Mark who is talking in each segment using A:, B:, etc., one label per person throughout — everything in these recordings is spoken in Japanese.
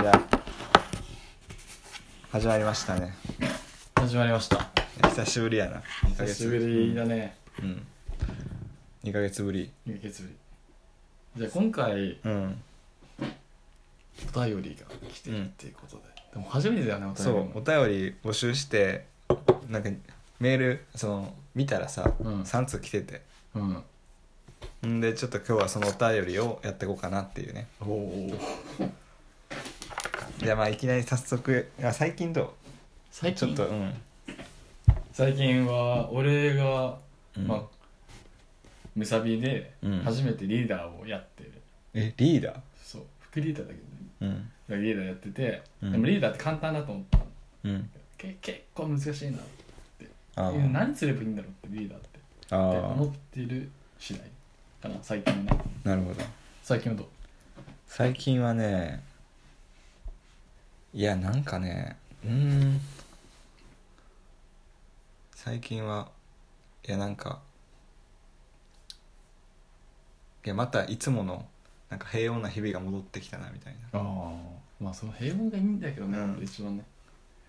A: いや始まりましたね
B: 始まりました
A: いや久しぶりやな2ヶ
B: 久
A: 月
B: しぶりだね
A: うん2ヶ月ぶり
B: 2ヶ月ぶりじゃあ今回
A: うん
B: お便りが来てるっていうことで、でも初めてだよねお便
A: そ
B: り
A: うお
B: も
A: 便り募集してなんかメールその見たらさ、
B: うん
A: 3通来てて
B: うん
A: んでちょっと今日はそのお便りをやっていこうかなっていうね
B: おお
A: じゃあまあいきなり早速あ最近どう
B: 最
A: ちょ
B: 近
A: っとうん、
B: 最近は俺が、
A: うん
B: まあむさびで
A: うん
B: 初めてリーダーをやってる、
A: えリーダー
B: そう副リーダーだけどね
A: うん
B: リーダーやってて、
A: うん
B: でもリーダーって簡単だと思ったの
A: うん
B: け結構難しいな
A: あ
B: え
A: ー
B: 何すればいいんだろうってリーダーって
A: あ
B: って
A: ー
B: 思っている次第かな最近ね
A: なるほど
B: 最近はどう
A: 最近はねいやなんかねうーん最近はいやなんかいやまたいつものなんか平穏な日々が戻ってきたなみたいな
B: ああまあその平凡がいいんだけどね、
A: うん
B: 一番ね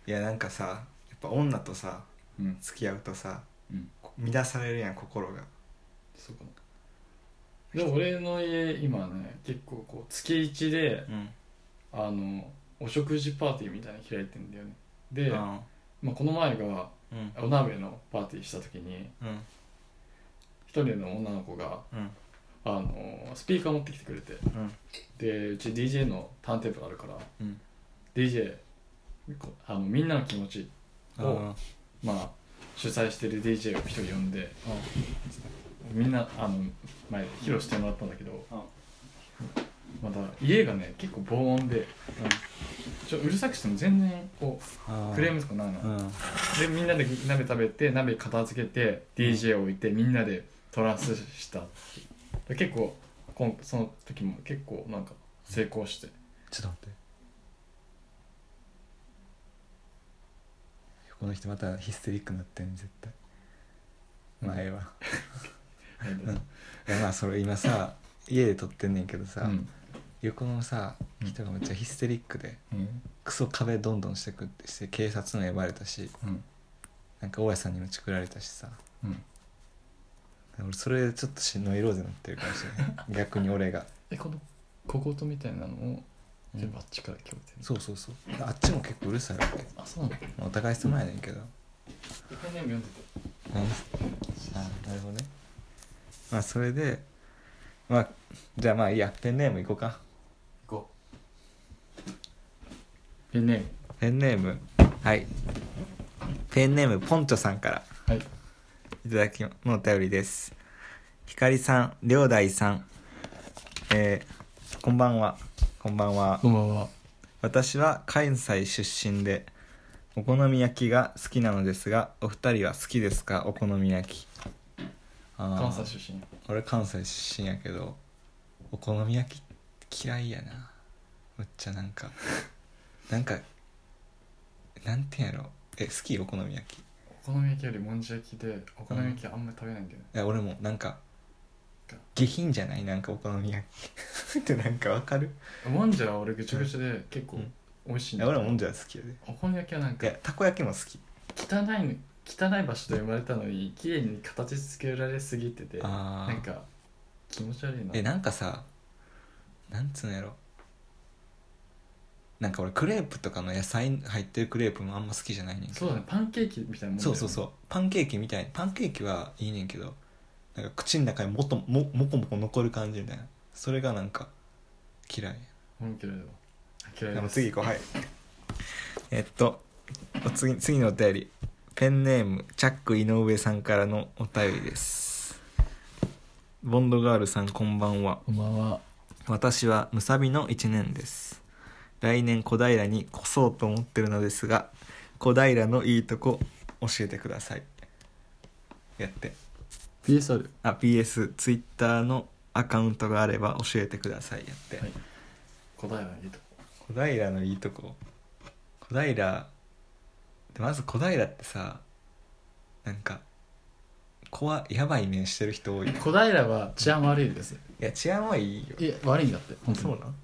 A: いやなんかさやっぱ女とさ
B: うん
A: 付き合うとさ
B: うん
A: こ乱されるやん心が
B: そうかなでも俺の家今ね結構こう月1で
A: うん
B: あのお食事パーティーみたいなの開いてんだよねで、
A: あ
B: まあ、この前が
A: ーうん
B: お鍋のパーティーした時に
A: うん
B: 一人の女の子が
A: うん
B: あのスピーカー持ってきてくれて
A: うん
B: でうち DJ のターンテープがあるから
A: うん
B: DJ こうあのみんなの気持ち
A: あー
B: おまあ、主催してる DJ を一人呼んでみんなあの前披露してもらったんだけど
A: あ
B: また家がね結構防音でちょうるさくしても全然こ
A: あ
B: う
A: ー
B: クレームとかないの、
A: うん
B: でみんなで鍋食べて鍋片付けて DJ を置いてみんなでトランスしたで結構こんその時も結構なんか成功して
A: ちょっと待ってこの人またヒステリックになってん絶対まあええわいやまあそれ今 さ家で撮ってんねんけどさ、
B: うん
A: 横のさ
B: うん
A: 人がめっちゃヒステリックで
B: うん
A: クソ壁どんどんしてくってして警察にも呼ばれたし
B: うん
A: なんか大家さんにもチクられたしさ
B: うん
A: 俺それでちょっとしノイローゼになってるかもしれない 逆に俺が
B: えこの小言みたいなのを
A: うん
B: 全部あっちから聞こえてる
A: そうそうそうあっちも結構うるさいわけ
B: あそうなの
A: まあお互い様やねんけど
B: ペンネーム読んでて
A: あなるほどねまあそれでまあじゃあまあいいやペンネームいこうか
B: こペンネーム
A: ペンネームはいペンネームポンチョさんから
B: はい
A: いただきのお便りですひかりさんりょうだいさんえーこんばんはこんばんは
B: こんばんは
A: 私は関西出身でお好み焼きが好きなのですがお二人は好きですかお好み焼きあー
B: 関西出身
A: 俺関西出身やけどお好み焼き嫌いやなむっちゃなんか なんかなんていうんやろえ好きお好み焼きい
B: お好み焼きよりもんじ焼きでお好み焼きあんまり食べないんだよね、
A: や俺もなんか下品じゃないなんかお好み焼き ってなんかわかる
B: もんじゃは俺ぐちゃぐちゃで結構
A: うん
B: 美味しい
A: い
B: ん
A: や
B: だよ
A: 俺ももんじゃ好きやで
B: お好み焼きはなん
A: い
B: か
A: やたこ焼きも好き
B: 汚いの汚い場所で生まれたのに綺麗に形付けられすぎててな
A: あ
B: ん
A: あ
B: か気持ち悪いな
A: えなんかさなんつうのやろなんか俺クレープとかの野菜入ってるクレープもあんま好きじゃないねんけど
B: そうだねパンケーキみたいなもんだ
A: そ
B: よ
A: う
B: ね
A: そうそうパンケーキみたいパンケーキはいいねんけどなんか口の中にもとももこもこ残る感じみたいなそれがなんか嫌い
B: 俺も嫌いだわ嫌い
A: で
B: で
A: も
B: す
A: 次行こうはい えっとお次次のお便りペンネームチャック井上さんからのお便りですボンドガールさんこんばんは
B: こんばんは
A: 私はムサビの1年です来年小平に越そうと思ってるのですが小平のいいとこ教えてくださいやって
B: PSR
A: あ PS ツイッターのアカウントがあれば教えてくださいやって、
B: はい答えはいいとこ
A: 小平のいいとこ小平でまず小平ってさなんか怖いやばい面してる人多いよ
B: 小平は治安悪いです
A: いや治安はいいよ
B: いや悪いんだって本当
A: そう
B: に
A: なん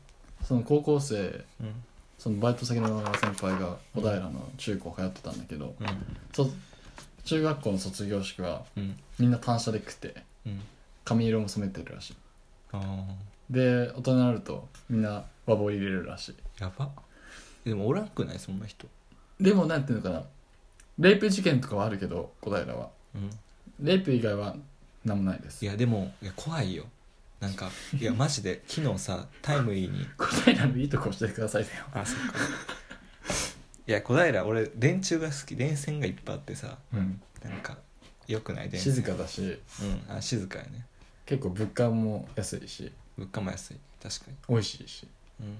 B: その高校生
A: うん
B: そのバイト先の先輩が小平の中高通ってたんだけど、そ中学校の卒業式は
A: うんうん
B: みんな単車で食って
A: うん
B: 髪色も染めてるらしい
A: あ
B: で大人になるとみんな和帽入れるらし
A: あやばでもおらんくないそんな人
B: いでもなんていうのかなレイプ事件とかはあるけど小平は
A: うん
B: レイプ以外は何もないです
A: いやでもいや怖いよなん かいやマジで昨日さタイムリーに
B: 小平のいいとこ教えてくださいだよ
A: あそっか いや小平俺電柱が好き電線がいっぱいあってさ
B: うん
A: なんかよくない電線
B: 静かだし
A: うんあ静かやね
B: 結構物価も安いし
A: 物価も安い確か
B: 美味しいし
A: にうん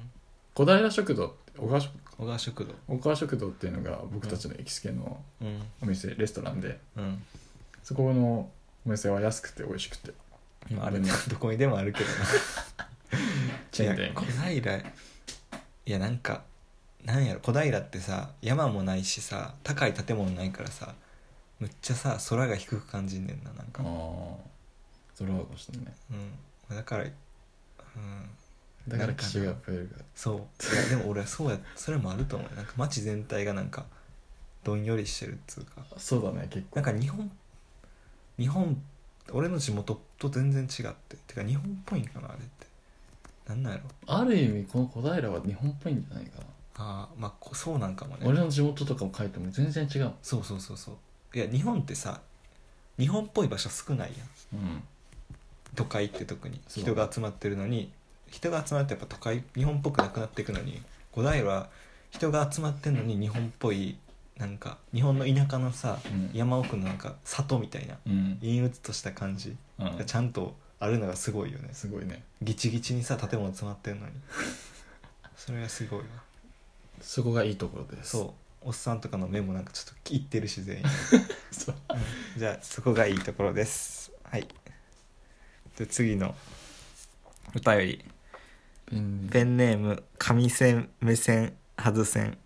B: 小平食堂って小川食
A: 小川食堂
B: 小川食堂っていうのが僕たちの行きつけの
A: うん
B: お店、レストランで
A: うん
B: そこのお店は安くて美味しくて
A: まああれねどこにでもあるけどな
B: チェーン店
A: いや小平いやなんかなんやろ小平ってさ山もないしさ高い建物ないからさむっちゃさ空が低く感じんねんななん
B: あ
A: か
B: あそれはどうしたね
A: うんだからうん
B: だから
A: なんか
B: 機
A: な
B: 種が増えるから
A: そういやでも俺はそうやそれもあると思うなんか街全体がなんかどんよりしてるっつうか
B: そうだね結構
A: なんか日本日本俺の地元と全然違っててか日本っぽいんかなあれってなんなんやろ
B: ある意味この小平は日本っぽいんじゃないかな、
A: ああまあこそうなんかもね
B: 俺の地元とかも書いても全然違う
A: そうそうそうそういや日本ってさ日本っぽい場所少ないやん
B: うん
A: 都会って特に
B: そう
A: 人が集まってるのに人が集まってやっぱ都会日本っぽくなくなっていくのに小平は人が集まってんのに日本っぽいなんか日本の田舎のさ、
B: うん
A: 山奥のなんか里みたいな
B: うん、
A: 陰鬱とした感じ
B: うん
A: が、ちゃんとあるのがすごいよね
B: すごいね
A: ギチギチにさ建物詰まって んのにそれがすごいわ
B: そこがいいところです
A: そうおっさんとかの目もなんかちょっと切ってるし全員
B: そう
A: じゃあそこがいいところですはいで次のお便り
B: ペン
A: ペンネーム紙線目線外線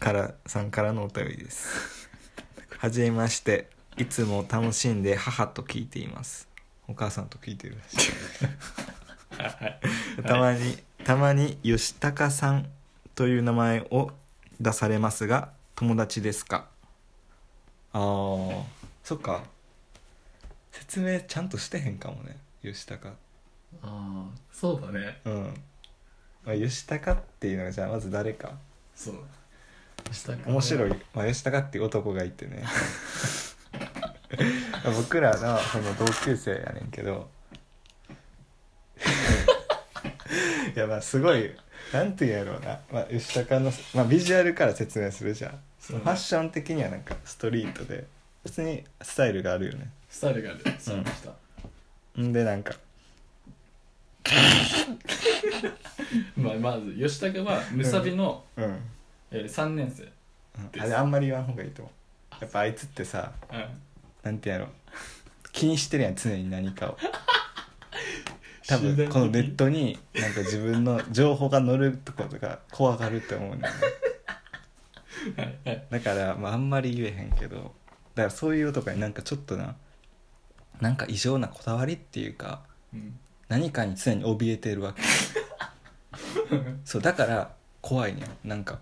A: からさんからのお便りです はじめましていつも楽しんで母と聞いていますお母さんと聞いてるらしいたまに、たまに吉高さんという名前を出されますが友達ですかあーそっか説明ちゃんとしてへんかもね吉高
B: ああそうだね
A: うん、まあ、吉高っていうのがじゃあまず誰か
B: そう下から
A: 面白い、まあ、吉高っていう男がいてね 僕らのその同級生やねんけど いやまあすごいなんて言うんやろうな、まあ、吉高の、まあ、ビジュアルから説明するじゃん
B: そ
A: フ
B: う
A: ァッション的にはなんかストリートで別にスタイルがあるよね
B: スタイルがあるそうでした、
A: んでなんか
B: まあ、まず吉高はムサビの、
A: うん、う
B: えー、3年生、
A: んあれあんまり言わん方がいいと思うやっぱあいつってさなんてやろう気にしてるやん常に何かを多分このネットになんか自分の情報が載るとことか怖がると思うねんだよねだから、まあ、あんまり言えへんけどだからそういう男になんかちょっとななんか異常なこだわりっていうか
B: うん、
A: 何かに常に怯えてるわけそうだから怖いねんなんか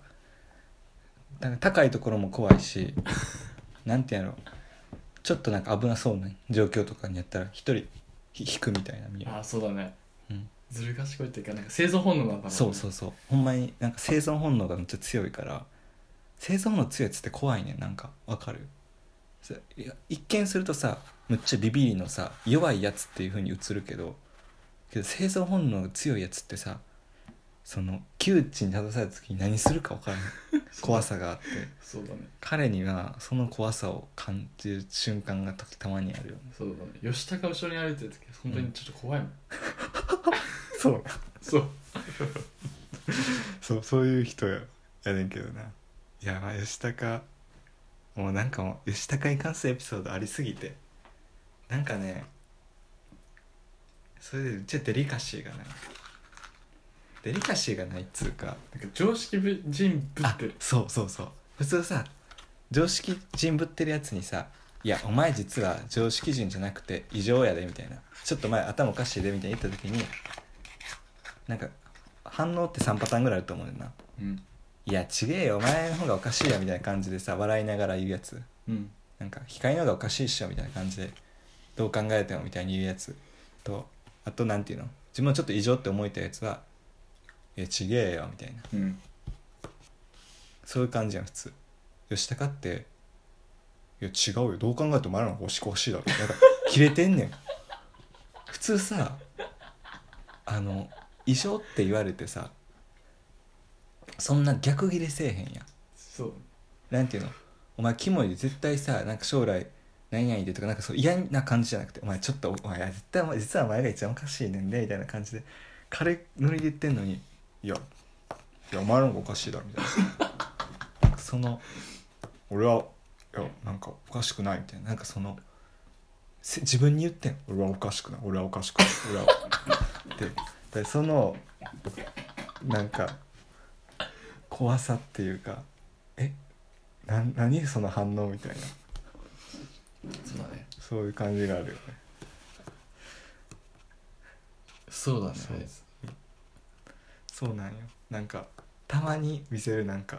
A: だから高いところも怖いしなんていうんやろちょっとなんか危なそうな状況とかにやったら一人ひ引くみたいな見え
B: ああそうだね、
A: うん
B: ずる賢いっていうかなんか生存本能なんだろ
A: そうそうそうほんまになんか生存本能がめっちゃ強いから生存本能強いやつって怖いねんなんかわかるそいや一見するとさむっちゃビビりのさ弱いやつっていう風に映るけどけど生存本能が強いやつってさその窮地に立たされた時に何するかわ からん怖さがあって
B: そうだね
A: 彼にはその怖さを感じる瞬間がたたまにあるよね
B: そうだね吉高後ろに歩いてる時本当にちょっと怖いもん、
A: そう
B: そう
A: そうそういう人やねんけどないやまあ吉高もうなんかもう吉高に関するエピソードありすぎてなんかねそれでうちはデリカシーがないデリカシーがないっつうか
B: なんか常識人ぶってる
A: そうそうそう普通さ常識人ぶってるやつにさ「いやお前実は常識人じゃなくて異常やで」みたいな「ちょっと前頭おかしいで」みたいな言った時になんか反応って3パターンぐらいあると思うねんな
B: うん
A: 「いやちげえよお前の方がおかしいや」みたいな感じでさ笑いながら言うやつ
B: うん
A: なんか「光の方がおかしいっしょ」みたいな感じでどう考えてもみたいに言うやつとあとなんていうの自分はちょっと異常って思えたやつは「いやちげえよ」みたいな
B: うん
A: そういう感じやん普通吉高って「いや違うよどう考えてもお前らの方がおしく欲しいだろ」なんかキレてんねん 普通さあの異常って言われてさそんな逆ギレせえへんやん
B: そう
A: なんていうのお前キモいで絶対さなんか将来何々でとかなんかそう嫌な感じじゃなくてお前ちょっとお前絶対お前実はお前が一番おかしいねんでみたいな感じで軽いノリで言ってんのにいやいやお前の方がおかしいだろみたいな なんかその俺はいやなんかおかしくないみたいななんかそのせ自分に言ってん俺はおかしくない俺はおかしくない俺はってでそのなんか怖さっていうかえな何その反応みたいな
B: そうだね
A: そういう感じがあるよね
B: そうだね
A: そうそうなんよなんかたまに見せるなんか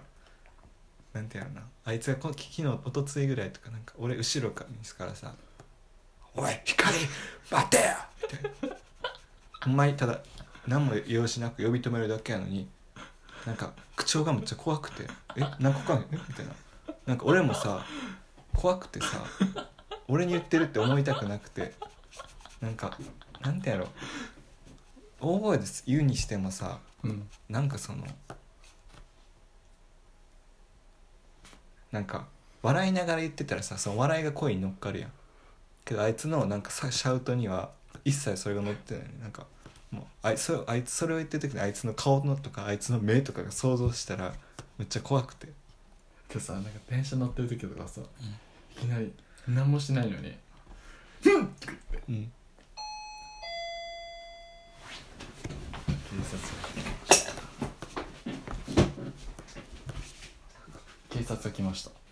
A: なんてやろなあいつがこ昨日おとついぐらいとかなんか俺後ろからさ「おい光待てよ!」みたいなほんまにただ何も用しなく呼び止めるだけやのになんか口調がめっちゃ怖くて「え何個かえみたいななんか俺もさ怖くてさ俺に言ってるって思いたくなくてなんかなんてやろ大声で言うにしてもさ
B: うん
A: なんかそのなんか笑いながら言ってたらさその笑いが声に乗っかるやんけどあいつのなんかさシャウトには一切それが乗ってないなんかもうあいそあいつそれを言ってる時にあいつの顔のとかあいつの目とかが想像したらめっちゃ怖くて
B: でさなんか電車乗ってる時とかさ、
A: ん
B: いきなり何もしないのに
A: うん
B: 警察警察が来ました